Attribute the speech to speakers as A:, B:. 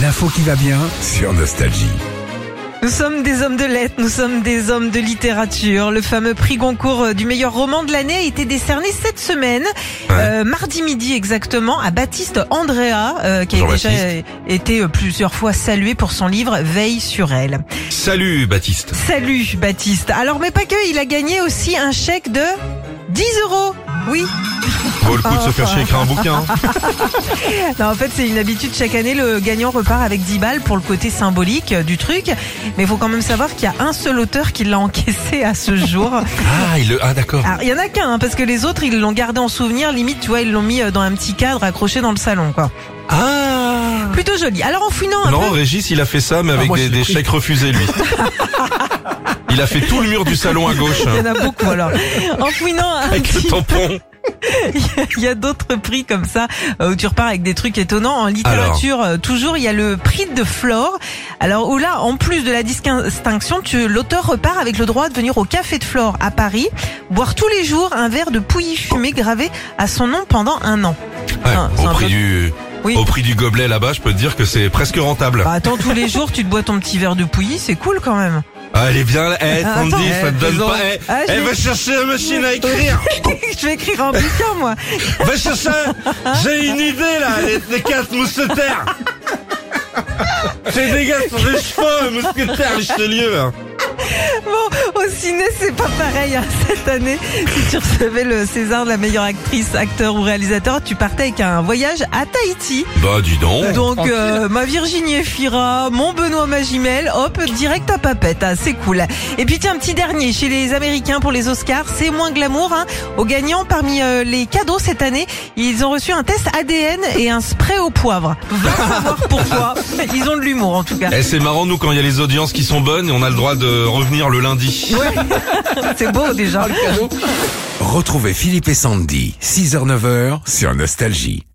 A: L'info qui va bien.
B: sur Nostalgie.
C: Nous sommes des hommes de lettres, nous sommes des hommes de littérature. Le fameux prix Goncourt euh, du meilleur roman de l'année a été décerné cette semaine, euh, mardi midi exactement, à Baptiste Andrea, euh, qui a
B: Bonjour,
C: déjà euh, été euh, plusieurs fois salué pour son livre Veille sur elle.
B: Salut Baptiste.
C: Salut Baptiste. Alors mais pas que, il a gagné aussi un chèque de 10 euros. Oui.
B: Vaut le coup de se faire chier écrire un bouquin. hein.
C: Non, en fait, c'est une habitude. Chaque année, le gagnant repart avec 10 balles pour le côté symbolique euh, du truc. Mais il faut quand même savoir qu'il y a un seul auteur qui l'a encaissé à ce jour.
B: Ah, il le... ah d'accord.
C: Alors, il y en a qu'un, hein, parce que les autres, ils l'ont gardé en souvenir. Limite, tu vois, ils l'ont mis euh, dans un petit cadre accroché dans le salon, quoi.
B: Ah
C: Plutôt joli. Alors, en fouinant un
B: Non,
C: peu.
B: Régis, il a fait ça, mais
C: Ah,
B: avec
A: moi,
B: des,
A: j'ai
B: des
A: pris.
B: chèques refusés, lui. il a fait tout le mur du salon à gauche. hein,
C: Il y en a beaucoup alors. En fouinant un
B: Avec le
C: petit
B: tampon.
C: Il y a d'autres prix comme ça euh, où tu repars avec des trucs étonnants. En littérature, euh, toujours, il y a le prix de Flore. Alors où là, en plus de la distinction, tu l'auteur repart avec le droit de venir au Café de Flore à Paris, boire tous les jours un verre de pouilly fumé gravé à son nom pendant un an.
B: Ouais,
C: Ah, c'est
B: au
C: un
B: prix
C: peu-
B: du...
C: Oui.
B: Au prix du gobelet là-bas, je peux te dire que c'est presque rentable.
C: Bah, attends, tous les jours, tu te bois ton petit verre de pouilly, c'est cool quand même.
B: Allez, viens, là. Eh,
C: Ah,
B: Sandy,
C: attends.
B: ça te donne
C: Eh,
B: pas. Eh,
C: Ah, je
B: eh,
C: l'ai-
B: va chercher la machine à écrire.
C: Je vais écrire un bouquin, moi.
B: va chercher. J'ai une idée là, les, les quatre mousquetaires. C'est des gars sur des chevaux, mousquetaires, Richelieu. hein.
C: Bon, au ciné, c'est pas pareil hein, cette année. Si tu recevais le César de la meilleure actrice, acteur ou réalisateur, tu partais avec un voyage à Tahiti.
B: Bah dis donc.
C: Donc, euh, ma Virginie Efira, mon Benoît Magimel, hop, direct à Papette. Ah, c'est cool. Et puis, tiens, un petit dernier chez les Américains pour les Oscars. C'est moins glamour. Hein. Aux gagnants, parmi euh, les cadeaux cette année, ils ont reçu un test ADN et un spray au poivre. Va savoir pourquoi. Ils ont de l'humour, en tout cas.
B: Eh, c'est marrant, nous, quand il y a les audiences qui sont bonnes, on a le droit de revenir le lundi.
C: C'est beau, déjà.
A: Retrouvez Philippe et Sandy, 6h-9h sur Nostalgie.